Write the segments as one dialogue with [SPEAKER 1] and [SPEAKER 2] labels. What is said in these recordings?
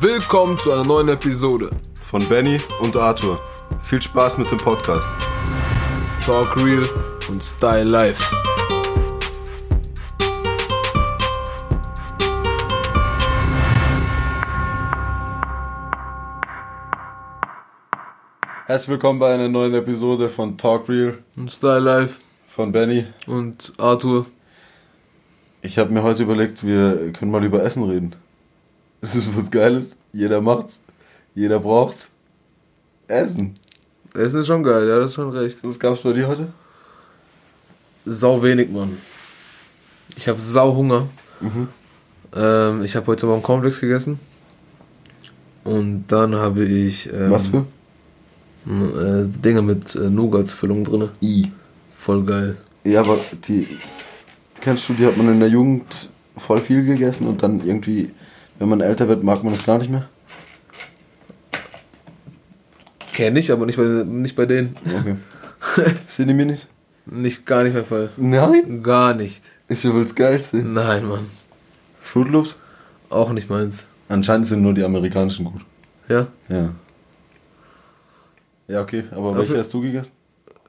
[SPEAKER 1] Willkommen zu einer neuen Episode
[SPEAKER 2] von Benny und Arthur. Viel Spaß mit dem Podcast.
[SPEAKER 1] Talk Real und Style Life.
[SPEAKER 2] Herzlich willkommen bei einer neuen Episode von Talk Real
[SPEAKER 1] Und Style Life
[SPEAKER 2] von Benny.
[SPEAKER 1] und Arthur.
[SPEAKER 2] Ich habe mir heute überlegt, wir können mal über Essen reden. Es ist was Geiles. Jeder macht's. Jeder braucht's. Essen.
[SPEAKER 1] Essen ist schon geil, ja, das ist schon recht.
[SPEAKER 2] Was gab's bei dir heute?
[SPEAKER 1] Sau wenig, Mann. Ich habe sau Hunger.
[SPEAKER 2] Mhm.
[SPEAKER 1] Ähm, ich habe heute Morgen Komplex gegessen. Und dann habe ich. Ähm,
[SPEAKER 2] Was für?
[SPEAKER 1] Äh, Dinge mit äh, Nougat-Füllung drin.
[SPEAKER 2] I.
[SPEAKER 1] Voll geil.
[SPEAKER 2] Ja, aber die. Kennst du, die hat man in der Jugend voll viel gegessen und dann irgendwie, wenn man älter wird, mag man es gar nicht mehr.
[SPEAKER 1] Kenne ich, aber nicht bei, nicht bei denen.
[SPEAKER 2] Okay. Sind die mir nicht?
[SPEAKER 1] Nicht, gar nicht mein Fall.
[SPEAKER 2] Nein.
[SPEAKER 1] Gar nicht.
[SPEAKER 2] Ist ja wohl das Geilste.
[SPEAKER 1] Nein, Mann.
[SPEAKER 2] Fruit Loops?
[SPEAKER 1] Auch nicht meins.
[SPEAKER 2] Anscheinend sind nur die amerikanischen gut.
[SPEAKER 1] Ja?
[SPEAKER 2] Ja. Ja, okay, aber
[SPEAKER 1] Dafür-
[SPEAKER 2] welche hast du gegessen?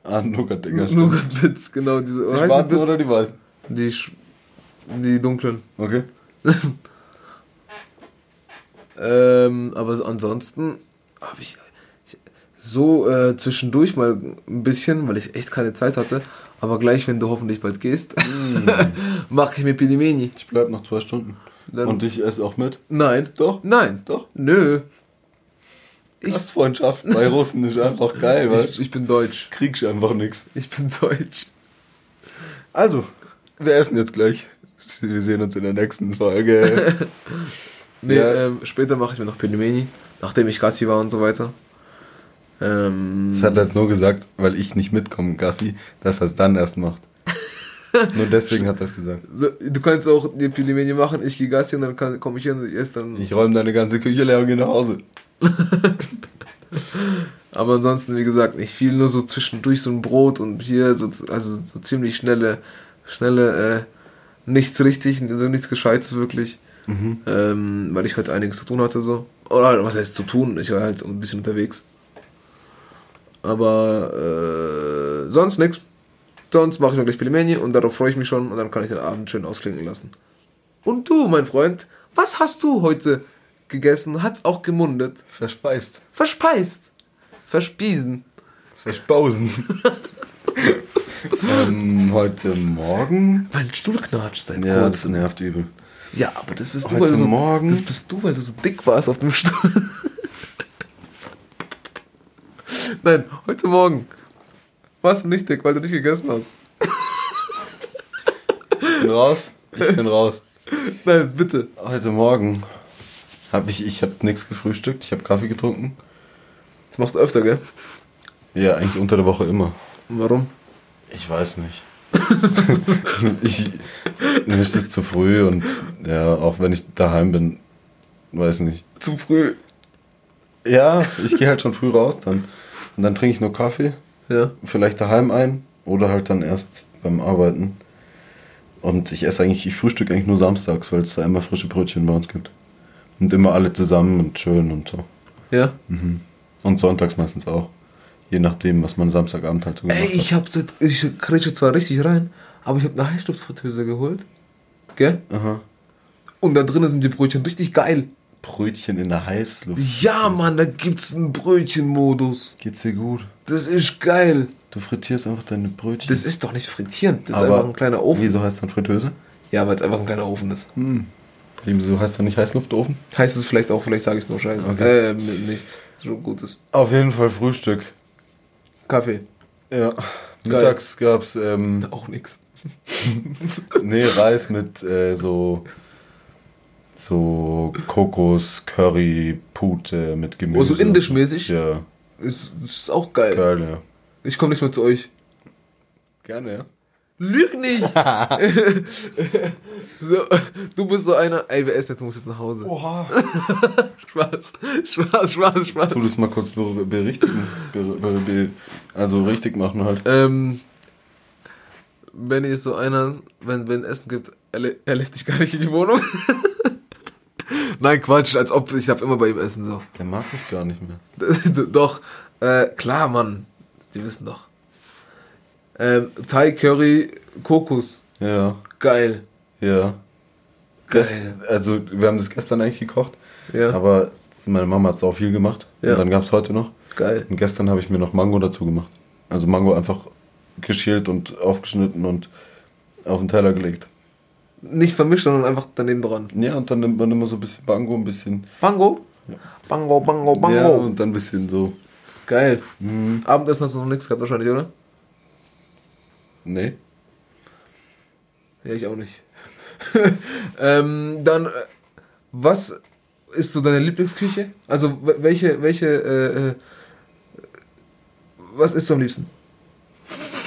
[SPEAKER 2] Ah, Nougat, Digga. stimmt.
[SPEAKER 1] Nougat-Bits, genau. Diese
[SPEAKER 2] Die
[SPEAKER 1] heißen
[SPEAKER 2] schwarzen
[SPEAKER 1] Bits?
[SPEAKER 2] oder die weißen?
[SPEAKER 1] Die, sch- die dunklen.
[SPEAKER 2] Okay.
[SPEAKER 1] Ähm, aber so ansonsten habe ich, ich so äh, zwischendurch mal ein bisschen, weil ich echt keine Zeit hatte. Aber gleich, wenn du hoffentlich bald gehst, mache ich mir Pilimeni.
[SPEAKER 2] Ich bleib noch zwei Stunden.
[SPEAKER 1] Dann-
[SPEAKER 2] Und ich esse auch mit.
[SPEAKER 1] Nein.
[SPEAKER 2] Doch.
[SPEAKER 1] Nein.
[SPEAKER 2] Doch.
[SPEAKER 1] Nö. Ich-
[SPEAKER 2] Gastfreundschaft bei Russen ist einfach geil, weißt
[SPEAKER 1] Ich,
[SPEAKER 2] du?
[SPEAKER 1] ich bin deutsch.
[SPEAKER 2] Kriegst einfach nichts.
[SPEAKER 1] Ich bin deutsch.
[SPEAKER 2] Also, wir essen jetzt gleich. Wir sehen uns in der nächsten Folge.
[SPEAKER 1] Nee,
[SPEAKER 2] Ja.
[SPEAKER 1] ähm, später mache ich mir noch Pelomeni, nachdem ich Gassi war und so weiter. Ähm,
[SPEAKER 2] Das hat er jetzt nur gesagt, weil ich nicht mitkomme, Gassi, dass er es dann erst macht. Nur deswegen hat er es gesagt.
[SPEAKER 1] so, du kannst auch die Pelomeni machen, ich gehe Gassi und dann komme ich hier und ich esse dann.
[SPEAKER 2] Ich räume deine ganze Küche leer und gehe nach Hause.
[SPEAKER 1] Aber ansonsten, wie gesagt, nicht viel, nur so zwischendurch so ein Brot und hier, so, also so ziemlich schnelle, schnelle, äh, nichts richtig, so nichts Gescheites wirklich. Ähm, weil ich heute einiges zu tun hatte, so. Oder halt, was heißt zu tun? Ich war halt ein bisschen unterwegs. Aber äh, sonst nichts. Sonst mache ich mir gleich Pelmeni und darauf freue ich mich schon und dann kann ich den Abend schön ausklinken lassen. Und du, mein Freund, was hast du heute gegessen? Hat's auch gemundet?
[SPEAKER 2] Verspeist.
[SPEAKER 1] Verspeist. Verspiesen.
[SPEAKER 2] Verspausen. ähm, heute Morgen?
[SPEAKER 1] Mein Stuhl knatscht seit
[SPEAKER 2] Ja, das
[SPEAKER 1] kurzem.
[SPEAKER 2] nervt übel.
[SPEAKER 1] Ja, aber das bist du,
[SPEAKER 2] Heute
[SPEAKER 1] weil du so,
[SPEAKER 2] Morgen?
[SPEAKER 1] Das bist du, weil du so dick warst auf dem Stuhl. Nein, heute Morgen. Warst du nicht dick, weil du nicht gegessen hast.
[SPEAKER 2] Ich bin raus. Ich bin raus.
[SPEAKER 1] Nein, bitte.
[SPEAKER 2] Heute Morgen habe ich, ich habe nichts gefrühstückt. Ich habe Kaffee getrunken.
[SPEAKER 1] Das machst du öfter, gell?
[SPEAKER 2] Ja, eigentlich unter der Woche immer.
[SPEAKER 1] Und warum?
[SPEAKER 2] Ich weiß nicht. ich, mir ist es zu früh und ja, auch wenn ich daheim bin, weiß nicht.
[SPEAKER 1] Zu früh.
[SPEAKER 2] Ja, ich gehe halt schon früh raus dann. Und dann trinke ich nur Kaffee,
[SPEAKER 1] Ja.
[SPEAKER 2] vielleicht daheim ein oder halt dann erst beim Arbeiten. Und ich esse eigentlich, ich frühstücke eigentlich nur samstags, weil es da immer frische Brötchen bei uns gibt. Und immer alle zusammen und schön und so.
[SPEAKER 1] Ja?
[SPEAKER 2] Mhm. Und sonntags meistens auch. Je nachdem, was man Samstagabend halt so gemacht
[SPEAKER 1] Ey,
[SPEAKER 2] hat.
[SPEAKER 1] ich hab seit. Ich kretsche zwar richtig rein, aber ich hab eine Heißluftfritteuse geholt. Gell?
[SPEAKER 2] Aha.
[SPEAKER 1] Und da drinnen sind die Brötchen richtig geil.
[SPEAKER 2] Brötchen in der Heißluft.
[SPEAKER 1] Ja, Mann, da gibt's einen Brötchenmodus.
[SPEAKER 2] Geht's dir gut?
[SPEAKER 1] Das ist geil.
[SPEAKER 2] Du frittierst einfach deine Brötchen.
[SPEAKER 1] Das ist doch nicht frittieren. Das ist einfach ein kleiner Ofen.
[SPEAKER 2] Wieso heißt dann Fritteuse?
[SPEAKER 1] Ja, weil es einfach ein kleiner Ofen ist.
[SPEAKER 2] Wieso heißt dann nicht Heißluftofen?
[SPEAKER 1] Heißt es vielleicht auch, vielleicht sage ich es nur scheiße.
[SPEAKER 2] Okay.
[SPEAKER 1] Ähm, nichts. So gutes.
[SPEAKER 2] Auf jeden Fall Frühstück.
[SPEAKER 1] Kaffee.
[SPEAKER 2] Ja. Mittags gab's ähm,
[SPEAKER 1] Auch nix.
[SPEAKER 2] nee, Reis mit äh, so so Kokos, Curry, Pute mit Gemüse.
[SPEAKER 1] Oh, so indischmäßig?
[SPEAKER 2] Ja,
[SPEAKER 1] Ist, ist auch geil.
[SPEAKER 2] geil, ja.
[SPEAKER 1] Ich komme nicht mehr zu euch.
[SPEAKER 2] Gerne, ja.
[SPEAKER 1] Lüg nicht! so, du bist so einer. Ey, wir essen jetzt, du musst jetzt nach Hause.
[SPEAKER 2] Oha.
[SPEAKER 1] Spaß, Spaß, Spaß, Spaß.
[SPEAKER 2] Tu das mal kurz ber berichtigen. Ber ber be also richtig machen halt.
[SPEAKER 1] Ähm, Benny ist so einer, wenn wenn Essen gibt, er, lä- er lässt dich gar nicht in die Wohnung. Nein, Quatsch, als ob ich darf immer bei ihm essen so.
[SPEAKER 2] Der mag mich gar nicht mehr.
[SPEAKER 1] doch, äh, klar, Mann. Die wissen doch. Ähm, Thai Curry Kokos.
[SPEAKER 2] Ja,
[SPEAKER 1] Geil.
[SPEAKER 2] ja.
[SPEAKER 1] Geil.
[SPEAKER 2] Gest- also, wir haben das gestern eigentlich gekocht,
[SPEAKER 1] Ja,
[SPEAKER 2] aber meine Mama hat auch viel gemacht.
[SPEAKER 1] Ja.
[SPEAKER 2] Und dann gab es heute noch.
[SPEAKER 1] geil.
[SPEAKER 2] Und gestern habe ich mir noch Mango dazu gemacht. Also Mango einfach geschält und aufgeschnitten und auf den Teller gelegt.
[SPEAKER 1] Nicht vermischt, sondern einfach daneben dran.
[SPEAKER 2] Ja, und dann nimmt man immer so ein bisschen Mango, ein bisschen.
[SPEAKER 1] Bango. Bango, Bango, Bango.
[SPEAKER 2] Ja, und dann ein bisschen so.
[SPEAKER 1] Geil. Abendessen hast du noch nichts gehabt wahrscheinlich, oder?
[SPEAKER 2] Nee.
[SPEAKER 1] Ja, ich auch nicht. ähm, dann, äh, was ist so deine Lieblingsküche? Also, w- welche, welche, äh, äh, was isst du am liebsten?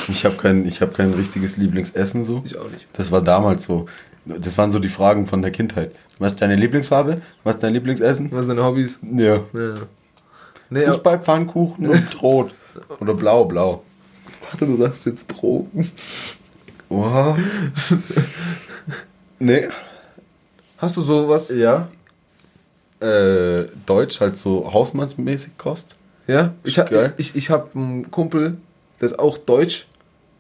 [SPEAKER 2] Ich habe kein, ich hab kein richtiges Lieblingsessen so.
[SPEAKER 1] Ich auch nicht.
[SPEAKER 2] Das war damals so. Das waren so die Fragen von der Kindheit. Was ist deine Lieblingsfarbe? Was ist dein Lieblingsessen?
[SPEAKER 1] Was sind deine Hobbys?
[SPEAKER 2] Ja.
[SPEAKER 1] Ja. Nee, aber
[SPEAKER 2] Fußball, Pfannkuchen und Rot. Oder blau, blau.
[SPEAKER 1] ich dachte, du sagst jetzt Drogen.
[SPEAKER 2] Oha. nee.
[SPEAKER 1] Hast du sowas?
[SPEAKER 2] Ja. Äh, Deutsch halt so hausmannsmäßig kost.
[SPEAKER 1] Ja? Ich, hab-
[SPEAKER 2] Geil.
[SPEAKER 1] ich, ich habe einen Kumpel, der ist auch deutsch.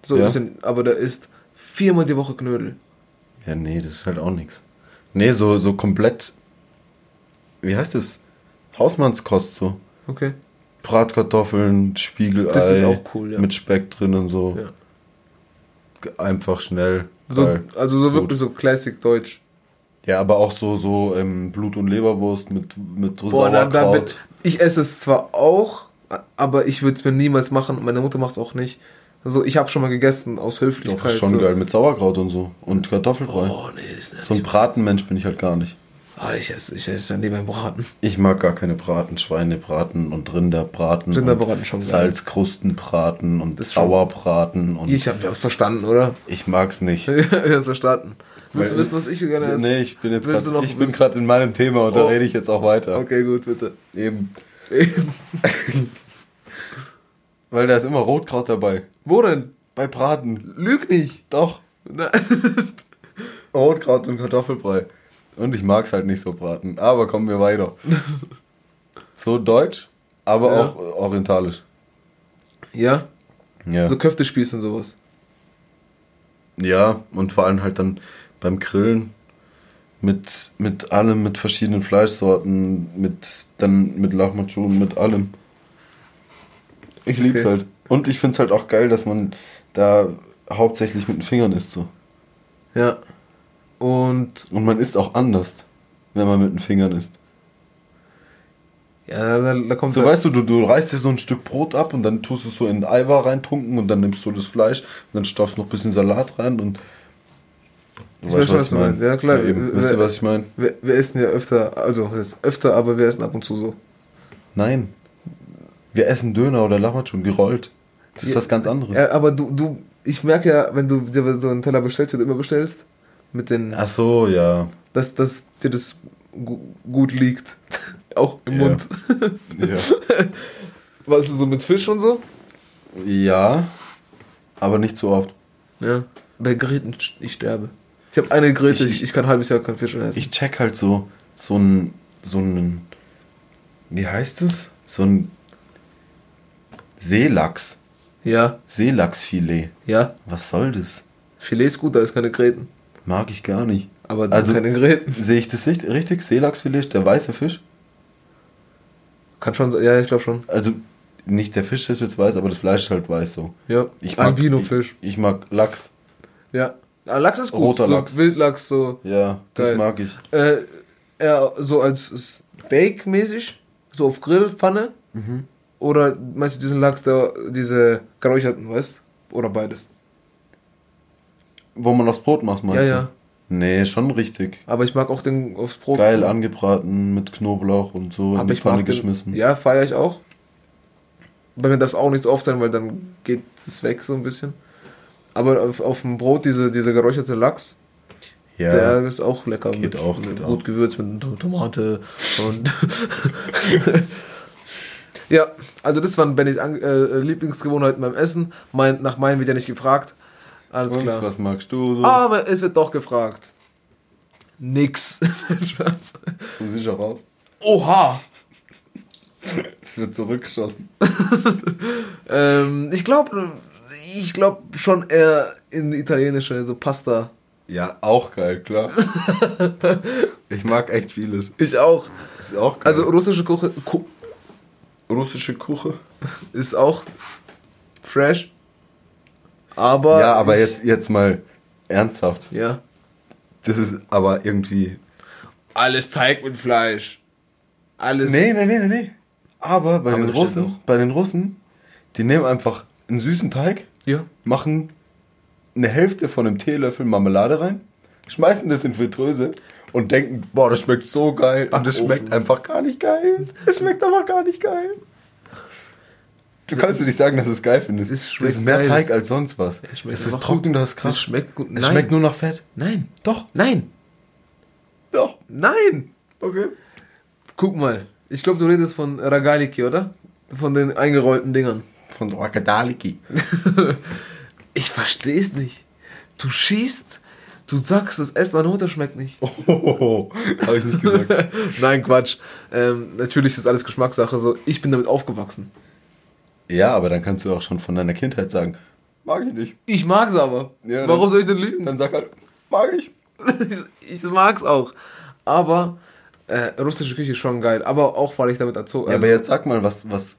[SPEAKER 1] So ein
[SPEAKER 2] Ja.
[SPEAKER 1] bisschen, aber der isst viermal die Woche Knödel.
[SPEAKER 2] Ja, nee, das ist halt auch nix. Nee, so, so komplett. Wie heißt es? Hausmannskost so.
[SPEAKER 1] Okay.
[SPEAKER 2] Bratkartoffeln, Spiegelei.
[SPEAKER 1] Das ist auch cool, ja.
[SPEAKER 2] Mit Speck drin und so.
[SPEAKER 1] Ja.
[SPEAKER 2] Ge- Einfach schnell.
[SPEAKER 1] So,
[SPEAKER 2] geil.
[SPEAKER 1] also so
[SPEAKER 2] Gut.
[SPEAKER 1] wirklich so classic deutsch.
[SPEAKER 2] Ja, aber auch so, so ähm, Blut- und Leberwurst mit, mit
[SPEAKER 1] Boah, na,
[SPEAKER 2] Sauerkraut.
[SPEAKER 1] damit, ich esse es zwar auch, aber ich würde es mir niemals machen und meine Mutter macht es auch nicht. Also ich habe schon mal gegessen aus Höflichkeit.
[SPEAKER 2] Doch, ist schon
[SPEAKER 1] halt so.
[SPEAKER 2] geil. Mit Sauerkraut und so. Und Kartoffelbrei.
[SPEAKER 1] Oh nee, das ist
[SPEAKER 2] so ein
[SPEAKER 1] nicht.
[SPEAKER 2] Bratenmensch bin ich halt gar nicht.
[SPEAKER 1] Ah, ich esse, ich esse dann lieber einen Braten.
[SPEAKER 2] Ich mag gar keine Braten, Schweinebraten und Rinderbraten.
[SPEAKER 1] Rinderbraten
[SPEAKER 2] und
[SPEAKER 1] schon geil.
[SPEAKER 2] Salzkrustenbraten und
[SPEAKER 1] Ist schon-
[SPEAKER 2] Sauerbraten. Und
[SPEAKER 1] Ich
[SPEAKER 2] ich,
[SPEAKER 1] habe es verstanden, oder?
[SPEAKER 2] mag's nicht.
[SPEAKER 1] ich hab's verstanden. Willst du
[SPEAKER 2] Weil-
[SPEAKER 1] wissen, was ich gerne esse?
[SPEAKER 2] Nee, ich bin jetzt
[SPEAKER 1] Willst du
[SPEAKER 2] grad-
[SPEAKER 1] noch
[SPEAKER 2] ich bin
[SPEAKER 1] wissen?
[SPEAKER 2] gerade in meinem Thema und da
[SPEAKER 1] Oh.
[SPEAKER 2] rede ich jetzt auch weiter.
[SPEAKER 1] Okay, gut, bitte.
[SPEAKER 2] Eben. Weil da ist immer Rotkraut dabei.
[SPEAKER 1] Wo denn?
[SPEAKER 2] Bei Braten.
[SPEAKER 1] Lüg nicht.
[SPEAKER 2] Doch.
[SPEAKER 1] Nein.
[SPEAKER 2] Rotkraut und Kartoffelbrei. Und ich mag's halt nicht so braten. Aber kommen wir weiter. so deutsch, aber
[SPEAKER 1] Ja.
[SPEAKER 2] auch orientalisch.
[SPEAKER 1] Ja?
[SPEAKER 2] Ja.
[SPEAKER 1] So Köftespieß und sowas.
[SPEAKER 2] Ja, und vor allem halt dann beim Grillen mit, mit allem, mit verschiedenen Fleischsorten, mit dann mit Lahmacun, mit allem. Ich lieb's
[SPEAKER 1] Okay.
[SPEAKER 2] halt. Und ich find's halt auch geil, dass man da hauptsächlich mit den Fingern isst so.
[SPEAKER 1] Ja. Und
[SPEAKER 2] Und man isst auch anders, wenn man mit den Fingern isst.
[SPEAKER 1] ja, da, da kommt
[SPEAKER 2] So
[SPEAKER 1] der-
[SPEAKER 2] weißt du, du, du reißt dir so ein Stück Brot ab und dann tust du es so in Eiweiß reintunken und dann nimmst du das Fleisch und dann stopfst noch ein bisschen Salat rein und du
[SPEAKER 1] Ich weiß schon, was du meinst. Ja, klar.
[SPEAKER 2] eben. Wisst ihr, was ich meine?
[SPEAKER 1] Wir, wir essen ja öfter, also was heißt öfter, aber wir essen ab und zu so.
[SPEAKER 2] Nein. Wir essen Döner oder Lahmacun gerollt. Das ist
[SPEAKER 1] Ja.
[SPEAKER 2] was ganz anderes.
[SPEAKER 1] Ja, aber du, du, ich merke ja, wenn du dir so einen Teller bestellst, wie du immer bestellst, mit den,
[SPEAKER 2] Ach so, ja.
[SPEAKER 1] dass, dass dir das gu- gut liegt. Auch im
[SPEAKER 2] Ja.
[SPEAKER 1] Mund.
[SPEAKER 2] Ja.
[SPEAKER 1] Was so mit Fisch und so?
[SPEAKER 2] ja, aber nicht so oft.
[SPEAKER 1] Ja. Bei Gräten, sch- ich sterbe. Ich habe eine Gräte,
[SPEAKER 2] Ich-
[SPEAKER 1] ich, ich kann ein halbes Jahr kein Fisch mehr essen.
[SPEAKER 2] Ich check halt so, so ein, so ein, wie heißt es? So ein Seelachs.
[SPEAKER 1] ja,
[SPEAKER 2] Seelachsfilet.
[SPEAKER 1] ja.
[SPEAKER 2] Was soll das?
[SPEAKER 1] Filet ist gut, da ist keine Gräten.
[SPEAKER 2] Mag ich gar nicht.
[SPEAKER 1] Aber da
[SPEAKER 2] also,
[SPEAKER 1] sind keine Gräten.
[SPEAKER 2] sehe ich das nicht richtig? Seelachsfilet, der weiße Fisch?
[SPEAKER 1] Kann schon sein, ja, ich glaube schon.
[SPEAKER 2] Also, nicht der Fisch ist jetzt weiß, aber das Fleisch ist halt weiß so.
[SPEAKER 1] Ja,
[SPEAKER 2] Ich mag,
[SPEAKER 1] Albino-Fisch.
[SPEAKER 2] Ich, ich mag Lachs.
[SPEAKER 1] Ja. Ah, Lachs ist gut.
[SPEAKER 2] Roter
[SPEAKER 1] so
[SPEAKER 2] Lachs.
[SPEAKER 1] Wildlachs, so.
[SPEAKER 2] Ja, das
[SPEAKER 1] Geil.
[SPEAKER 2] mag ich.
[SPEAKER 1] Äh, eher so als Steak-mäßig, so auf Grillpfanne.
[SPEAKER 2] Mhm.
[SPEAKER 1] Oder meinst du diesen Lachs, der, diese geräucherten, weißt Oder beides.
[SPEAKER 2] Wo man aufs Brot macht, meinst
[SPEAKER 1] Ja,
[SPEAKER 2] du?
[SPEAKER 1] ja.
[SPEAKER 2] Nee, schon richtig.
[SPEAKER 1] Aber ich mag auch den aufs Brot.
[SPEAKER 2] Geil angebraten mit Knoblauch und so
[SPEAKER 1] aber
[SPEAKER 2] in die
[SPEAKER 1] ich mag
[SPEAKER 2] Pfanne
[SPEAKER 1] den,
[SPEAKER 2] geschmissen.
[SPEAKER 1] Ja, feiere ich auch. Bei mir darf es auch nicht so oft sein, weil dann geht es weg so ein bisschen. Aber auf, auf dem Brot diese, diese geräucherte Lachs,
[SPEAKER 2] Ja.
[SPEAKER 1] der ist auch lecker.
[SPEAKER 2] Geht
[SPEAKER 1] mit,
[SPEAKER 2] auch,
[SPEAKER 1] mit
[SPEAKER 2] geht
[SPEAKER 1] gut
[SPEAKER 2] auch.
[SPEAKER 1] gewürzt mit Tom- Tomate und. ja, also das waren Bennys An äh, Lieblingsgewohnheiten beim Essen. Mein, nach meinen wird ja nicht gefragt. Alles
[SPEAKER 2] und
[SPEAKER 1] klar. Ah.
[SPEAKER 2] was magst du so?
[SPEAKER 1] Aber es wird doch gefragt. Nix. Spaß.
[SPEAKER 2] So sieht schon raus.
[SPEAKER 1] Oha!
[SPEAKER 2] Es wird zurückgeschossen.
[SPEAKER 1] Ähm, ich glaube, ich glaube schon eher in italienische, so Pasta.
[SPEAKER 2] Ja, auch geil, klar. ich mag echt vieles.
[SPEAKER 1] Ich auch.
[SPEAKER 2] Ist auch geil.
[SPEAKER 1] Also russische Küche Ku-
[SPEAKER 2] russische Kuche.
[SPEAKER 1] ist auch fresh. Aber.
[SPEAKER 2] ja, aber
[SPEAKER 1] Ah, ich,
[SPEAKER 2] jetzt, jetzt mal ernsthaft.
[SPEAKER 1] Ja.
[SPEAKER 2] Das ist aber irgendwie.
[SPEAKER 1] Alles Teig mit Fleisch. Alles.
[SPEAKER 2] Nee, nee, nee, nee, nee. Aber bei
[SPEAKER 1] Aber
[SPEAKER 2] den
[SPEAKER 1] das stimmt
[SPEAKER 2] Russen, bei den Russen, die nehmen einfach einen süßen Teig,
[SPEAKER 1] Ja.
[SPEAKER 2] machen eine Hälfte von einem Teelöffel Marmelade rein, schmeißen das in Fritteuse und denken, boah, das schmeckt so geil. Und das
[SPEAKER 1] Backofen.
[SPEAKER 2] schmeckt einfach gar nicht geil. Es schmeckt einfach gar nicht geil. Du kannst dir nicht sagen, dass du es geil findest.
[SPEAKER 1] Es
[SPEAKER 2] Es
[SPEAKER 1] schmeckt
[SPEAKER 2] ist mehr
[SPEAKER 1] geil.
[SPEAKER 2] Teig als sonst was. Es,
[SPEAKER 1] schmeckt
[SPEAKER 2] ist
[SPEAKER 1] einfach
[SPEAKER 2] trocken,
[SPEAKER 1] gut.
[SPEAKER 2] das ist krass.
[SPEAKER 1] Es schmeckt gut.
[SPEAKER 2] Es
[SPEAKER 1] Nein.
[SPEAKER 2] schmeckt nur nach Fett.
[SPEAKER 1] Nein.
[SPEAKER 2] Doch,
[SPEAKER 1] Nein.
[SPEAKER 2] doch.
[SPEAKER 1] Nein.
[SPEAKER 2] Okay.
[SPEAKER 1] Guck mal. Ich glaube, du redest von Ragaliki, oder? Von den eingerollten Dingern.
[SPEAKER 2] Von Wakadaliki.
[SPEAKER 1] Ich verstehe es nicht. Du schießt, du sagst, das Essen an Hotel schmeckt nicht.
[SPEAKER 2] Oh, habe ich nicht gesagt.
[SPEAKER 1] Nein, Quatsch. Ähm, natürlich ist alles Geschmackssache. So, ich bin damit aufgewachsen.
[SPEAKER 2] ja, aber dann kannst du auch schon von deiner Kindheit sagen, mag ich nicht.
[SPEAKER 1] Ich mag's aber.
[SPEAKER 2] Ja,
[SPEAKER 1] Warum
[SPEAKER 2] dann-
[SPEAKER 1] soll ich denn lügen?
[SPEAKER 2] Dann sag halt, mag ich.
[SPEAKER 1] ich ich mag's auch. Aber äh, russische Küche ist schon geil. Aber auch, weil ich damit äh, erzogen
[SPEAKER 2] Ja, aber jetzt sag mal, was, was,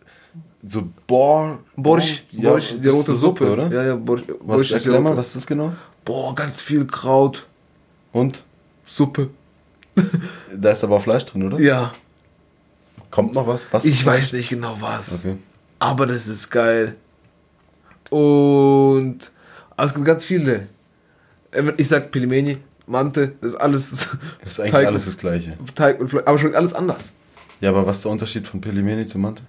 [SPEAKER 2] so Bor...
[SPEAKER 1] Borsch,
[SPEAKER 2] ja,
[SPEAKER 1] Borsch, die
[SPEAKER 2] das ist
[SPEAKER 1] rote
[SPEAKER 2] eine
[SPEAKER 1] Suppe,
[SPEAKER 2] oder?
[SPEAKER 1] Ja, ja, Borsch,
[SPEAKER 2] was,
[SPEAKER 1] Borsch ist die
[SPEAKER 2] erklär mal,
[SPEAKER 1] rote.
[SPEAKER 2] was ist das genau?
[SPEAKER 1] Boah, ganz viel Kraut,
[SPEAKER 2] Und?
[SPEAKER 1] Suppe.
[SPEAKER 2] Da ist aber auch Fleisch drin, oder?
[SPEAKER 1] Ja,
[SPEAKER 2] Kommt noch was? was?
[SPEAKER 1] ich weiß nicht genau was.
[SPEAKER 2] Okay.
[SPEAKER 1] Aber das ist geil. Und also es gibt ganz viele. Ähm, Ich sag Pilmeni, Mante, das ist alles
[SPEAKER 2] Das ist eigentlich
[SPEAKER 1] Teig,
[SPEAKER 2] alles das Gleiche.
[SPEAKER 1] Teig und Fleisch, aber schmeckt alles anders.
[SPEAKER 2] Ja, aber was ist der Unterschied von Pelimeni zu Mante?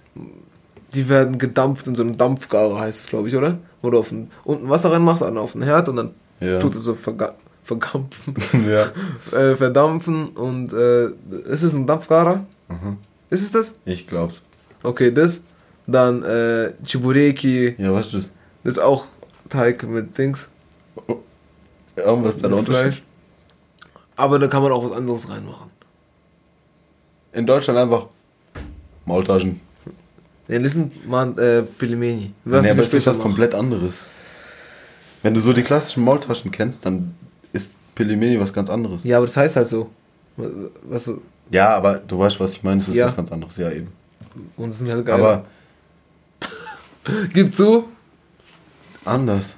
[SPEAKER 1] Die werden gedampft in so einem Dampfgarer, heißt es, glaube ich, oder? Wo du auf den, unten Wasser reinmachst, dann auf den Herd und dann
[SPEAKER 2] Ja.
[SPEAKER 1] tut es so verga vergampfen,
[SPEAKER 2] ja.
[SPEAKER 1] äh, verdampfen und äh, ist es ein Dampfgarer?
[SPEAKER 2] Mhm.
[SPEAKER 1] Ist es das?
[SPEAKER 2] Ich glaub's.
[SPEAKER 1] Okay, das. Dann äh, Chibureki,
[SPEAKER 2] Ja, was ist
[SPEAKER 1] das ist auch Teig mit Dings.
[SPEAKER 2] das? Ja, und was ist da der
[SPEAKER 1] Mit
[SPEAKER 2] Unterschied?
[SPEAKER 1] Aber da kann man auch was anderes reinmachen.
[SPEAKER 2] In Deutschland einfach Maultaschen.
[SPEAKER 1] Ja, das sind man, äh, Pilmeni.
[SPEAKER 2] Was nee,
[SPEAKER 1] ich
[SPEAKER 2] aber
[SPEAKER 1] mir
[SPEAKER 2] das ist
[SPEAKER 1] später
[SPEAKER 2] was
[SPEAKER 1] mache.
[SPEAKER 2] komplett anderes. Wenn du so die klassischen Maultaschen kennst, dann ist Pelimeni was ganz anderes. Ja,
[SPEAKER 1] Ja, aber das heißt halt so. Was, was-
[SPEAKER 2] aber du weißt, was ich meine, es ist
[SPEAKER 1] Ja.
[SPEAKER 2] was ganz anderes, ja eben.
[SPEAKER 1] und das sind halt geil.
[SPEAKER 2] Aber
[SPEAKER 1] gib zu,
[SPEAKER 2] anders,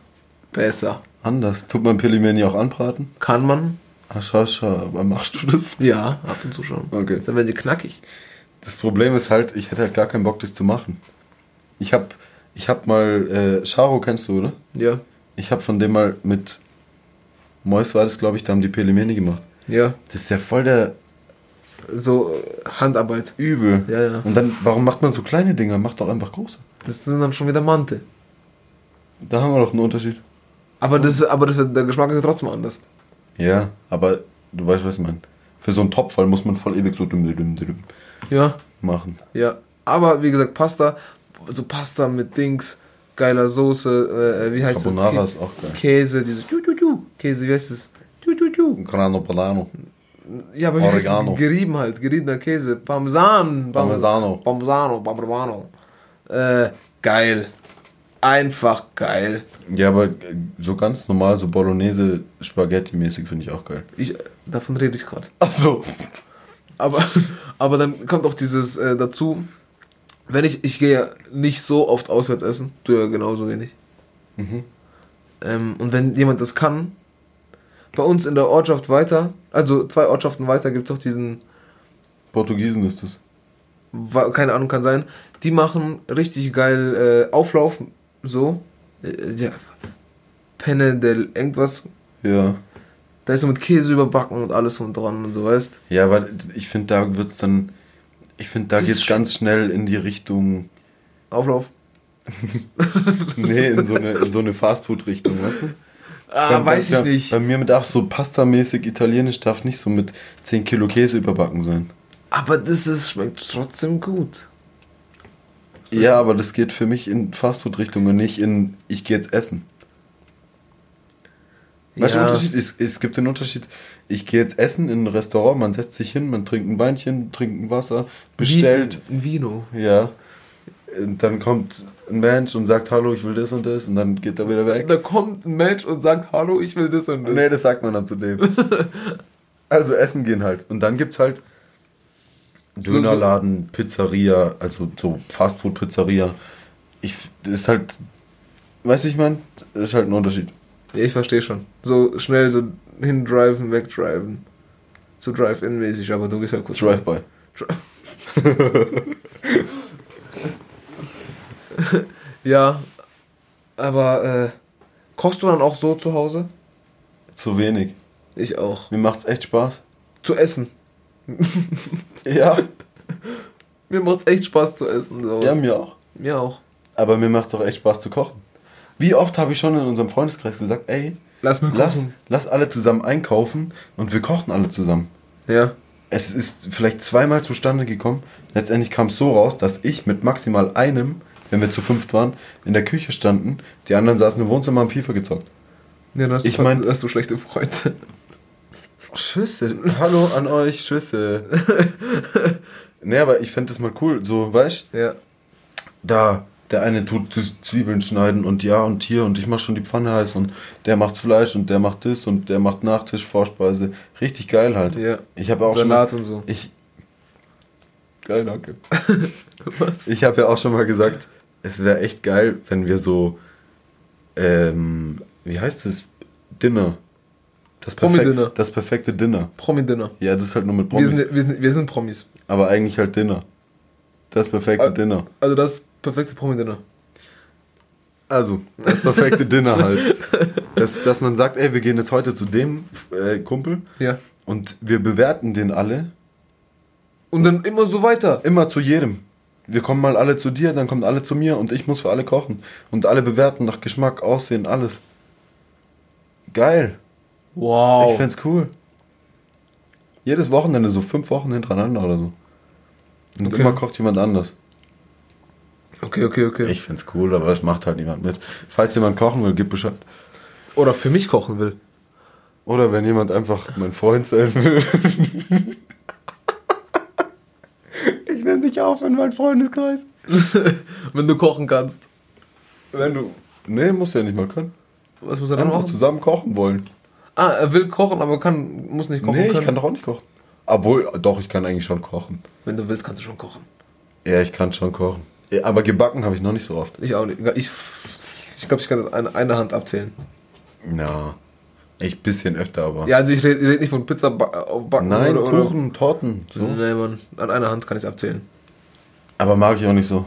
[SPEAKER 1] besser.
[SPEAKER 2] anders. Tut man Pelimeni auch anbraten?
[SPEAKER 1] Kann man?
[SPEAKER 2] Ach, schau, schau, aber machst du das?
[SPEAKER 1] Ja, ab und zu schon.
[SPEAKER 2] Okay.
[SPEAKER 1] Dann werden die knackig.
[SPEAKER 2] Das Problem ist halt, ich hätte halt gar keinen Bock, das zu machen. Ich hab, ich hab mal, äh, Charo kennst du, oder?
[SPEAKER 1] Ja.
[SPEAKER 2] Ich hab von dem mal mit Mois war das, glaube ich, da haben die Pelimeni gemacht.
[SPEAKER 1] Ja.
[SPEAKER 2] Das ist ja voll der
[SPEAKER 1] So äh, Handarbeit.
[SPEAKER 2] Übel.
[SPEAKER 1] Ja, ja.
[SPEAKER 2] Und dann, warum macht man so kleine Dinger? Macht doch einfach große.
[SPEAKER 1] Das sind dann schon wieder Mante.
[SPEAKER 2] Da haben wir doch einen Unterschied.
[SPEAKER 1] Aber, das, aber das, wird- der Geschmack ist ja trotzdem anders.
[SPEAKER 2] Ja, aber du weißt, was ich meine. Für so einen Topfall muss man voll ewig so düm, düm, düm
[SPEAKER 1] Ja.
[SPEAKER 2] machen.
[SPEAKER 1] Ja. Aber wie gesagt, Pasta. So Pasta mit Dings. Geiler Soße. Äh, wie heißt
[SPEAKER 2] Carbonara
[SPEAKER 1] das?
[SPEAKER 2] ist auch geil.
[SPEAKER 1] Käse. Diese. Ju, ju, ju. Käse, wie heißt das? Ju, ju, ju.
[SPEAKER 2] Grano Padano.
[SPEAKER 1] Ja, aber wie heißt
[SPEAKER 2] Oregano.
[SPEAKER 1] das? Gerieben halt. Geriebener Käse. Parmesan. Parm-
[SPEAKER 2] Parmesano.
[SPEAKER 1] Parmesano. Parmesano. Äh, geil. Einfach geil.
[SPEAKER 2] Ja, aber äh, so ganz normal, so Bolognese, Spaghetti-mäßig finde ich auch geil.
[SPEAKER 1] Ich, davon rede ich gerade.
[SPEAKER 2] Ach so.
[SPEAKER 1] Aber, aber dann kommt auch dieses äh, dazu, wenn ich, ich gehe ja nicht so oft auswärts essen, du ja genauso wenig. Mhm. Ähm, und wenn jemand das kann, bei uns in der Ortschaft weiter, also zwei Ortschaften weiter, gibt es auch diesen,
[SPEAKER 2] Portugiesen ist das.
[SPEAKER 1] wa- keine Ahnung, kann sein, die machen richtig geil äh, Auflauf, so, äh, ja, Penne del irgendwas,
[SPEAKER 2] Ja.
[SPEAKER 1] da ist so mit Käse überbacken und alles und dran und so, weißt
[SPEAKER 2] Ja, aber ich finde, da wird's dann. Ich finde, da
[SPEAKER 1] Das
[SPEAKER 2] geht's
[SPEAKER 1] ist sch-
[SPEAKER 2] ganz schnell in die Richtung.
[SPEAKER 1] Auflauf.
[SPEAKER 2] Nee, in so eine, in so eine Fastfood-Richtung, weißt du?
[SPEAKER 1] Ah,
[SPEAKER 2] Bei-
[SPEAKER 1] weiß
[SPEAKER 2] bei,
[SPEAKER 1] ich nicht.
[SPEAKER 2] Bei mir darf so pastamäßig italienisch darf nicht so mit 10 Kilo Käse überbacken sein.
[SPEAKER 1] Aber das ist, schmeckt trotzdem gut.
[SPEAKER 2] Ja, aber das geht für mich in Fastfood-Richtung und nicht in ich gehe jetzt essen. Weißt du,
[SPEAKER 1] Ja.
[SPEAKER 2] der Unterschied? Es, es gibt den Unterschied. Ich gehe jetzt essen in ein Restaurant, man setzt sich hin, man trinkt ein Weinchen, trinkt ein Wasser, bestellt.
[SPEAKER 1] Ein Vino.
[SPEAKER 2] Ja. Und dann kommt ein Mensch und sagt, hallo, ich will das und das. Und dann geht er wieder weg.
[SPEAKER 1] Da kommt ein Mensch und sagt, hallo, ich will das und das.
[SPEAKER 2] Nee, das sagt man dann zu dem. also essen gehen halt. Und dann gibt's halt Dönerladen, Pizzeria, also so Fastfood-Pizzeria. Ich, das ist halt, weißt du, wie ich meine? Das ist halt ein Unterschied.
[SPEAKER 1] Ja, ich verstehe schon. So schnell so hindriven, wegdriven. So Drive-In-mäßig, aber du gehst halt kurz.
[SPEAKER 2] Drive-by.
[SPEAKER 1] Ja. Aber äh, kochst du dann auch so zu Hause?
[SPEAKER 2] Zu wenig.
[SPEAKER 1] Ich auch.
[SPEAKER 2] Mir macht's echt Spaß.
[SPEAKER 1] Zu essen.
[SPEAKER 2] Ja,
[SPEAKER 1] Mir macht's echt Spaß zu essen. Sowas.
[SPEAKER 2] ja, mir auch.
[SPEAKER 1] mir auch.
[SPEAKER 2] Aber mir macht's auch echt Spaß zu kochen. Wie oft habe ich schon in unserem Freundeskreis gesagt, ey,
[SPEAKER 1] Lass mir
[SPEAKER 2] lass,
[SPEAKER 1] kochen.
[SPEAKER 2] lass alle zusammen einkaufen und wir kochen alle zusammen.
[SPEAKER 1] Ja.
[SPEAKER 2] Es ist vielleicht zweimal zustande gekommen. Letztendlich kam es so raus, dass ich mit maximal einem, wenn wir zu fünft waren, in der Küche standen. Die anderen saßen im Wohnzimmer am FIFA gezockt.
[SPEAKER 1] ja dann hast
[SPEAKER 2] Ich
[SPEAKER 1] du,
[SPEAKER 2] mein-
[SPEAKER 1] hast du schlechte Freunde.
[SPEAKER 2] Schüsse. Hallo an euch, Schüsse. nee, aber ich fände das mal cool. So, weißt
[SPEAKER 1] Ja.
[SPEAKER 2] da, der eine tut Z- Zwiebeln schneiden und ja und hier und ich mach schon die Pfanne heiß und der macht's Fleisch und der macht das und der macht Nachtisch, Vorspeise. Richtig geil halt.
[SPEAKER 1] Ja.
[SPEAKER 2] Ich habe auch
[SPEAKER 1] Salat
[SPEAKER 2] schon
[SPEAKER 1] und so.
[SPEAKER 2] Ich, geil, danke. Ich habe ja auch schon mal gesagt, es wäre echt geil, wenn wir so, ähm, wie heißt das? Dinner. Das, perfek
[SPEAKER 1] Promi-Dinner.
[SPEAKER 2] das perfekte Dinner.
[SPEAKER 1] Promi-Dinner.
[SPEAKER 2] Ja, das ist halt nur mit
[SPEAKER 1] Wir
[SPEAKER 2] Promis,
[SPEAKER 1] sind, wir, sind, wir sind Promis.
[SPEAKER 2] aber eigentlich halt Dinner. Das perfekte
[SPEAKER 1] Ah.
[SPEAKER 2] Dinner.
[SPEAKER 1] Also das perfekte Promi-Dinner.
[SPEAKER 2] Also, das perfekte Dinner halt. Dass, dass man sagt, ey, wir gehen jetzt heute zu dem äh, Kumpel
[SPEAKER 1] Ja.
[SPEAKER 2] und wir bewerten den alle.
[SPEAKER 1] Und dann immer so weiter.
[SPEAKER 2] Immer zu jedem. Wir kommen mal alle zu dir, dann kommen alle zu mir und ich muss für alle kochen. Und alle bewerten nach Geschmack, Aussehen, alles. Geil.
[SPEAKER 1] Wow.
[SPEAKER 2] Ich find's cool. Jedes Wochenende, so fünf Wochen hintereinander oder so. Und
[SPEAKER 1] Okay.
[SPEAKER 2] immer kocht jemand anders.
[SPEAKER 1] okay, okay, okay.
[SPEAKER 2] Ich find's cool, aber es macht halt niemand mit. Falls jemand kochen will, gib Bescheid.
[SPEAKER 1] Oder für mich kochen will.
[SPEAKER 2] Oder wenn jemand einfach mein Freund sein will. Ich nenne dich auch in meinen Freundeskreis.
[SPEAKER 1] Wenn du kochen kannst.
[SPEAKER 2] Wenn du. Nee, musst du ja nicht mal können.
[SPEAKER 1] Was muss er dann
[SPEAKER 2] Einfach
[SPEAKER 1] machen?
[SPEAKER 2] zusammen kochen wollen.
[SPEAKER 1] Ah, er will kochen, aber kann, muss nicht kochen
[SPEAKER 2] nee,
[SPEAKER 1] können.
[SPEAKER 2] ich kann doch auch nicht kochen. Obwohl, doch, ich kann eigentlich schon kochen.
[SPEAKER 1] Wenn du willst, kannst du schon kochen.
[SPEAKER 2] Ja, ich kann schon kochen. Ja, aber gebacken habe ich noch nicht so oft.
[SPEAKER 1] Ich auch nicht. Ich, ich glaube, ich kann das an einer Hand abzählen.
[SPEAKER 2] Na. Ich bisschen öfter, aber.
[SPEAKER 1] Ja, also ich rede red nicht von Pizza ba auf Backen
[SPEAKER 2] Nein,
[SPEAKER 1] oder, oder-
[SPEAKER 2] Kuchen, Torten. So.
[SPEAKER 1] Nee, Mann. An einer Hand kann ich es abzählen.
[SPEAKER 2] Aber mag ich auch nicht so.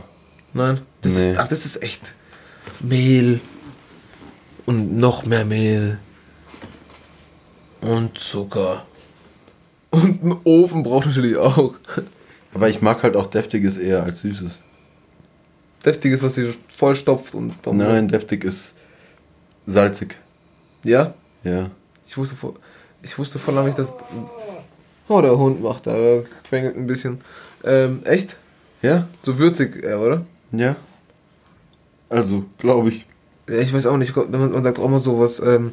[SPEAKER 1] Nein. Das
[SPEAKER 2] Nee.
[SPEAKER 1] ist, ach, das ist echt. Mehl. Und noch mehr Mehl. Und Zucker. Und einen Ofen braucht natürlich auch.
[SPEAKER 2] Aber ich mag halt auch Deftiges eher als Süßes.
[SPEAKER 1] Deftiges, was sich vollstopft und.
[SPEAKER 2] Nein, deftig ist salzig.
[SPEAKER 1] Ja?
[SPEAKER 2] Ja.
[SPEAKER 1] Ich wusste vor, ich wusste vor langem nicht, dass. Oh, der Hund macht da, äh, quengelt ein bisschen. Ähm, echt?
[SPEAKER 2] Ja?
[SPEAKER 1] So würzig, äh, oder?
[SPEAKER 2] Ja. Also, glaube ich.
[SPEAKER 1] Ja, ich weiß auch nicht, man, man sagt auch immer sowas, ähm,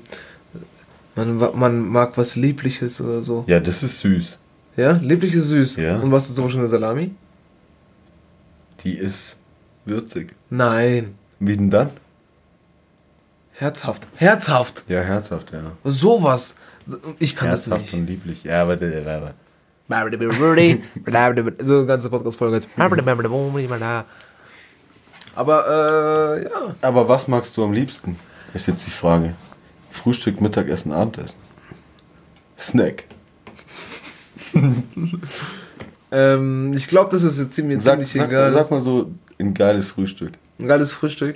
[SPEAKER 1] man, wa- man mag was Liebliches oder so.
[SPEAKER 2] Ja, das ist süß.
[SPEAKER 1] Ja, lieblich ist süß.
[SPEAKER 2] Ja.
[SPEAKER 1] Und was ist zum Beispiel eine Salami?
[SPEAKER 2] Die ist würzig.
[SPEAKER 1] Nein.
[SPEAKER 2] Wie denn dann?
[SPEAKER 1] Herzhaft. Herzhaft.
[SPEAKER 2] Ja, herzhaft, ja.
[SPEAKER 1] Sowas. Ich kann das
[SPEAKER 2] Herzhaft
[SPEAKER 1] nicht.
[SPEAKER 2] und lieblich. Ja, aber der Werbe.
[SPEAKER 1] So eine ganze Podcast-Folge jetzt. Aber, äh, ja.
[SPEAKER 2] Aber was magst du am liebsten? Ist jetzt die Frage. Frühstück, Mittagessen, Abendessen. Snack.
[SPEAKER 1] Ähm, ich glaube, das ist jetzt ziemlich,
[SPEAKER 2] Sag,
[SPEAKER 1] ziemlich
[SPEAKER 2] sag,
[SPEAKER 1] egal.
[SPEAKER 2] sag mal so ein geiles Frühstück.
[SPEAKER 1] Ein geiles Frühstück.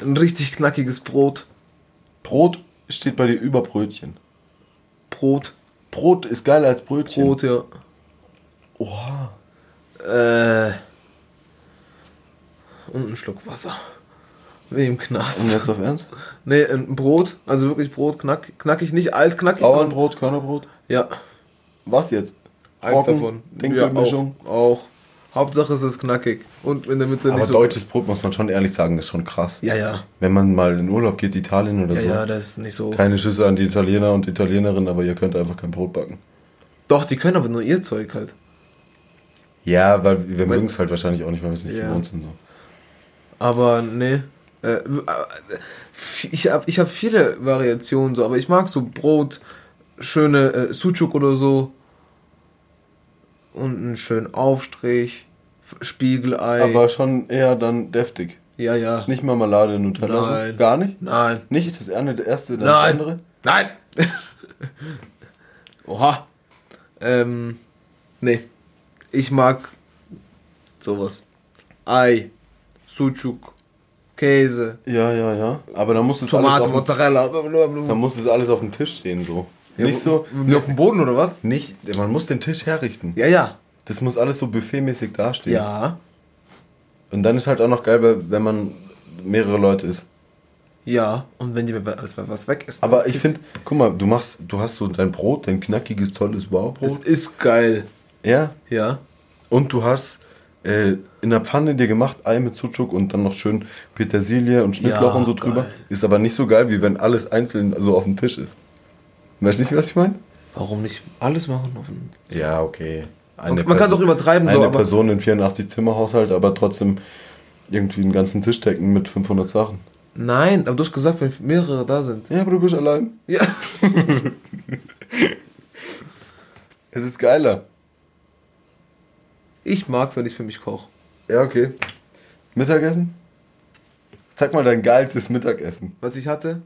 [SPEAKER 1] Ein richtig knackiges Brot.
[SPEAKER 2] Brot steht bei dir über Brötchen.
[SPEAKER 1] Brot.
[SPEAKER 2] Brot ist geiler als Brötchen.
[SPEAKER 1] Brot, ja.
[SPEAKER 2] Oha.
[SPEAKER 1] Äh. Und ein Schluck Wasser. Wie im Knast.
[SPEAKER 2] Und jetzt auf Ernst?
[SPEAKER 1] Nee, ein Brot, also wirklich Brot, knack, knackig, nicht alt, knackig, sondern-
[SPEAKER 2] Bauernbrot, Körnerbrot.
[SPEAKER 1] Ja,
[SPEAKER 2] Was jetzt?
[SPEAKER 1] eins
[SPEAKER 2] Roggen,
[SPEAKER 1] davon. Ja,
[SPEAKER 2] Dinkelmischung.
[SPEAKER 1] auch, auch. Hauptsache es ist knackig. Und in der Mitte
[SPEAKER 2] Aber
[SPEAKER 1] nicht so.
[SPEAKER 2] deutsches Brot, muss man schon ehrlich sagen, ist schon krass.
[SPEAKER 1] ja, ja.
[SPEAKER 2] Wenn man mal in Urlaub geht, Italien oder
[SPEAKER 1] Ja,
[SPEAKER 2] so.
[SPEAKER 1] ja, das ist nicht so.
[SPEAKER 2] Keine Schüsse an die Italiener und Italienerinnen, aber ihr könnt einfach kein Brot backen.
[SPEAKER 1] Doch, die können aber nur ihr Zeug halt.
[SPEAKER 2] Ja, weil wir mögen es halt wahrscheinlich auch nicht, weil wir es nicht
[SPEAKER 1] Ja.
[SPEAKER 2] gewohnt sind. So.
[SPEAKER 1] Aber nee. Äh, w- aber, äh, ich habe ich hab viele Variationen so, aber ich mag so Brot, schöne äh, Sucuk oder so. Und einen schönen Aufstrich, F- Spiegelei.
[SPEAKER 2] Aber schon eher dann deftig.
[SPEAKER 1] ja, ja.
[SPEAKER 2] Nicht Marmelade, Nutella. so?
[SPEAKER 1] Nein.
[SPEAKER 2] Gar nicht?
[SPEAKER 1] Nein.
[SPEAKER 2] Nicht das eine, das erste, dann das
[SPEAKER 1] Nein.
[SPEAKER 2] andere?
[SPEAKER 1] Nein! Oha. Ähm, nee. Ich mag sowas. Ei, Sucuk, Käse,
[SPEAKER 2] Ja, ja, ja. Aber dann muss es
[SPEAKER 1] Tomate,
[SPEAKER 2] alles auf,
[SPEAKER 1] Mozzarella.
[SPEAKER 2] dann muss es alles auf dem Tisch stehen so.
[SPEAKER 1] Ja,
[SPEAKER 2] nicht so.
[SPEAKER 1] wo- Wie auf dem Boden oder was?
[SPEAKER 2] Nicht, man muss den Tisch herrichten.
[SPEAKER 1] Ja, ja.
[SPEAKER 2] Das muss alles so buffetmäßig dastehen.
[SPEAKER 1] Ja.
[SPEAKER 2] Und dann ist halt auch noch geil, weil- wenn man mehrere Leute ist.
[SPEAKER 1] Ja. Und wenn dir alles was weg ist.
[SPEAKER 2] Aber ich finde, guck mal, du machst, du hast so dein Brot, dein knackiges, tolles
[SPEAKER 1] Es
[SPEAKER 2] Baubrot.
[SPEAKER 1] ist geil.
[SPEAKER 2] Ja.
[SPEAKER 1] Ja.
[SPEAKER 2] Und du hast äh, in der Pfanne dir gemacht Ei mit Sucuk und dann noch schön Petersilie und Schnittlauch
[SPEAKER 1] Ja,
[SPEAKER 2] und so drüber.
[SPEAKER 1] geil.
[SPEAKER 2] Ist aber nicht so geil, wie wenn alles einzeln so auf dem Tisch ist. Weißt du nicht, was ich meine?
[SPEAKER 1] Warum nicht alles machen? auf den-
[SPEAKER 2] Ja, okay.
[SPEAKER 1] Man- man kann's auch übertreiben,
[SPEAKER 2] eine
[SPEAKER 1] so,
[SPEAKER 2] Eine
[SPEAKER 1] aber-
[SPEAKER 2] Person in 84 Zimmerhaushalt, aber trotzdem irgendwie einen ganzen Tisch decken mit 500 Sachen.
[SPEAKER 1] Nein, aber du hast gesagt, wenn mehrere da sind.
[SPEAKER 2] Ja, aber du bist allein.
[SPEAKER 1] Ja.
[SPEAKER 2] Es ist geiler.
[SPEAKER 1] Ich mag's, wenn ich für mich koche.
[SPEAKER 2] Ja, okay. Mittagessen? Zeig mal dein geilstes Mittagessen.
[SPEAKER 1] Was ich hatte,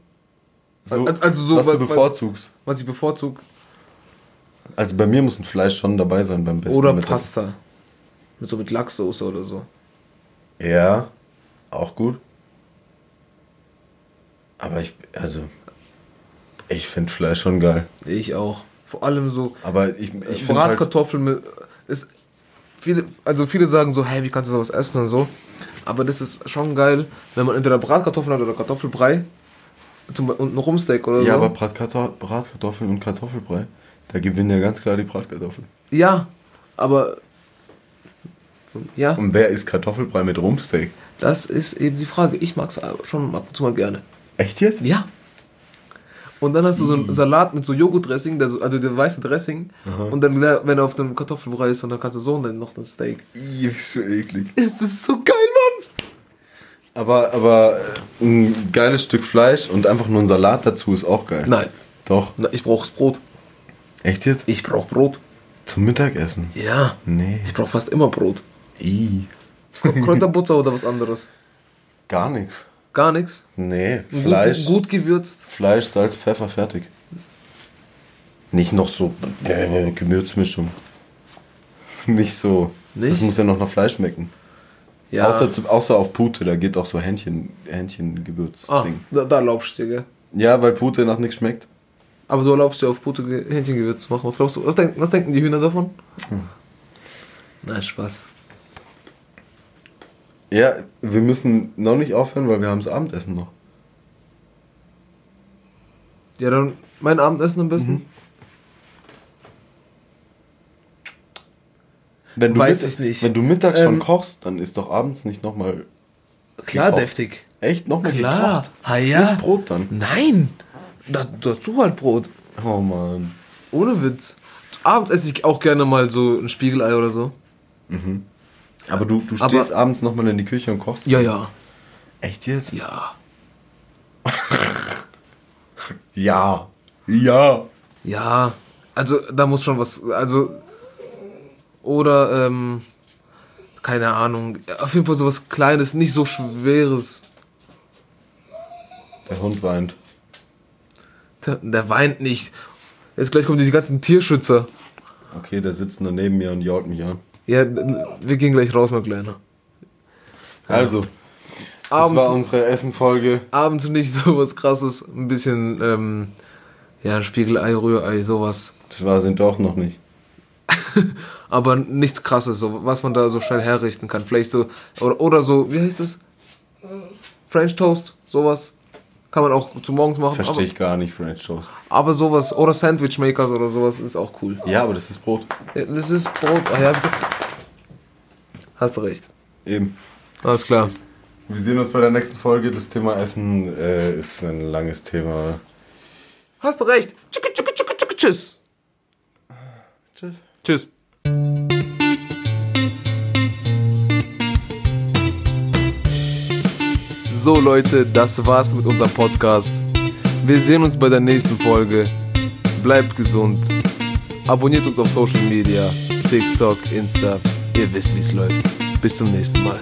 [SPEAKER 2] So,
[SPEAKER 1] Also- also so,
[SPEAKER 2] was,
[SPEAKER 1] was-
[SPEAKER 2] du
[SPEAKER 1] was-
[SPEAKER 2] bevorzugst.
[SPEAKER 1] was ich bevorzuge,
[SPEAKER 2] Also bei mir muss ein Fleisch schon dabei sein beim besten
[SPEAKER 1] oder
[SPEAKER 2] Mittag-
[SPEAKER 1] Pasta. Mit so mit Lachssoße oder so.
[SPEAKER 2] Ja, auch gut. Aber ich, also, ich finde Fleisch schon geil.
[SPEAKER 1] Ich auch. Vor allem so
[SPEAKER 2] Aber ich, ich finde halt,
[SPEAKER 1] Äh, Bratkartoffeln mit ist viele also viele sagen so, hey, wie kannst du sowas essen und so, aber das ist schon geil, wenn man entweder Bratkartoffeln hat oder Kartoffelbrei zum, und ein Rumsteak oder
[SPEAKER 2] ja,
[SPEAKER 1] so.
[SPEAKER 2] aber Bratkarto- Bratkartoffeln und Kartoffelbrei, da gewinnen ja ganz klar die Bratkartoffeln.
[SPEAKER 1] ja, aber ja,
[SPEAKER 2] Und wer isst Kartoffelbrei mit Rumsteak?
[SPEAKER 1] das ist eben die Frage. Ich mag's aber schon ab und zu mal gerne.
[SPEAKER 2] Echt jetzt?
[SPEAKER 1] Ja. Und dann hast du so einen Salat mit so Joghurtdressing, der so, also der weiße Dressing. Und dann, wenn er auf dem Kartoffelbrei ist, und dann kannst du so und dann noch ein Steak.
[SPEAKER 2] Ih, bist du eklig.
[SPEAKER 1] Es ist so geil, Mann!
[SPEAKER 2] Aber, aber äh, ein geiles Stück Fleisch und einfach nur ein Salat dazu ist auch geil.
[SPEAKER 1] Nein,
[SPEAKER 2] Doch.
[SPEAKER 1] Na, ich brauch's Brot.
[SPEAKER 2] Echt jetzt?
[SPEAKER 1] Ich brauch Brot.
[SPEAKER 2] Zum Mittagessen?
[SPEAKER 1] Ja.
[SPEAKER 2] Nee.
[SPEAKER 1] Ich brauch fast immer Brot.
[SPEAKER 2] Ih.
[SPEAKER 1] Kräuterbutter oder was anderes.
[SPEAKER 2] Gar nichts.
[SPEAKER 1] Gar nichts.
[SPEAKER 2] Nee, Fleisch.
[SPEAKER 1] Gut, gut gewürzt.
[SPEAKER 2] Fleisch, Salz, Pfeffer, fertig. Nicht noch so äh, Gemürzmischung. Nicht so.
[SPEAKER 1] Nicht?
[SPEAKER 2] Das muss ja noch nach Fleisch schmecken.
[SPEAKER 1] Ja.
[SPEAKER 2] Außer, zu, außer auf Pute, da geht auch so Händchen, Hähnchengewürz.
[SPEAKER 1] ah,
[SPEAKER 2] Ding.
[SPEAKER 1] da, da erlaubst du dir, gell?
[SPEAKER 2] Ja, weil Pute nach nichts schmeckt.
[SPEAKER 1] Aber du erlaubst dir auf Pute Ge- Hähnchengewürz zu machen. Was glaubst du? Was, denk, was denken die Hühner davon? Hm. Nein, Spaß.
[SPEAKER 2] Ja, wir müssen noch nicht aufhören, weil wir haben das Abendessen noch.
[SPEAKER 1] Ja, dann mein Abendessen am besten.
[SPEAKER 2] Wenn du
[SPEAKER 1] Weiß
[SPEAKER 2] mit-
[SPEAKER 1] ich nicht.
[SPEAKER 2] Wenn du mittags schon
[SPEAKER 1] Ähm,
[SPEAKER 2] kochst, dann ist doch abends nicht nochmal.
[SPEAKER 1] Klar,
[SPEAKER 2] Gekocht.
[SPEAKER 1] deftig.
[SPEAKER 2] Echt? Nochmal
[SPEAKER 1] Klar.
[SPEAKER 2] gekocht?
[SPEAKER 1] Ah, ja.
[SPEAKER 2] Nicht Brot dann.
[SPEAKER 1] Nein! Da, dazu halt Brot.
[SPEAKER 2] Oh Mann.
[SPEAKER 1] Ohne Witz. Abends esse ich auch gerne mal so ein Spiegelei oder so.
[SPEAKER 2] Aber du, du
[SPEAKER 1] Aber-
[SPEAKER 2] stehst abends nochmal in die Küche und kochst?
[SPEAKER 1] Ja, ja.
[SPEAKER 2] Echt jetzt?
[SPEAKER 1] Ja.
[SPEAKER 2] Ja. Ja.
[SPEAKER 1] Ja. Also, da muss schon was. Also. Oder, ähm. Keine Ahnung. Auf jeden Fall sowas Kleines, nicht so Schweres.
[SPEAKER 2] Der Hund weint.
[SPEAKER 1] Der, der weint nicht. Jetzt gleich kommen die ganzen Tierschützer.
[SPEAKER 2] Okay, der sitzt nur neben mir und jault mich an.
[SPEAKER 1] Ja, wir gehen gleich raus, mein Kleiner.
[SPEAKER 2] Also, das war
[SPEAKER 1] Abends,
[SPEAKER 2] unsere Essenfolge.
[SPEAKER 1] abends nicht sowas krasses. Ein bisschen, ähm. Ja, ein Spiegelei, Rührei, sowas.
[SPEAKER 2] Das war sind doch noch nicht.
[SPEAKER 1] Aber nichts krasses, so, was man da so schnell herrichten kann. Vielleicht so, oder, oder so, wie heißt es? French Toast, sowas. Kann man auch zu morgens machen.
[SPEAKER 2] Verstehe ich gar nicht, French Toast.
[SPEAKER 1] Aber, aber sowas, oder Sandwich Makers oder sowas ist auch cool.
[SPEAKER 2] Ja, aber das ist Brot.
[SPEAKER 1] Ja, Das ist Brot. Ah, ja, bitte. Hast du recht.
[SPEAKER 2] Eben.
[SPEAKER 1] Alles klar.
[SPEAKER 2] Wir sehen uns bei der nächsten Folge. Das Thema Essen äh, ist ein langes Thema.
[SPEAKER 1] Hast du recht. Tschicke, tschicke, tschicke, tschicke, tschüss.
[SPEAKER 2] Tschüss.
[SPEAKER 1] Tschüss. So Leute, das war's mit unserem Podcast. Wir sehen uns bei der nächsten Folge. Bleibt gesund. Abonniert uns auf Social Media, TikTok, Insta. Ihr wisst, wie's läuft. Bis zum nächsten Mal.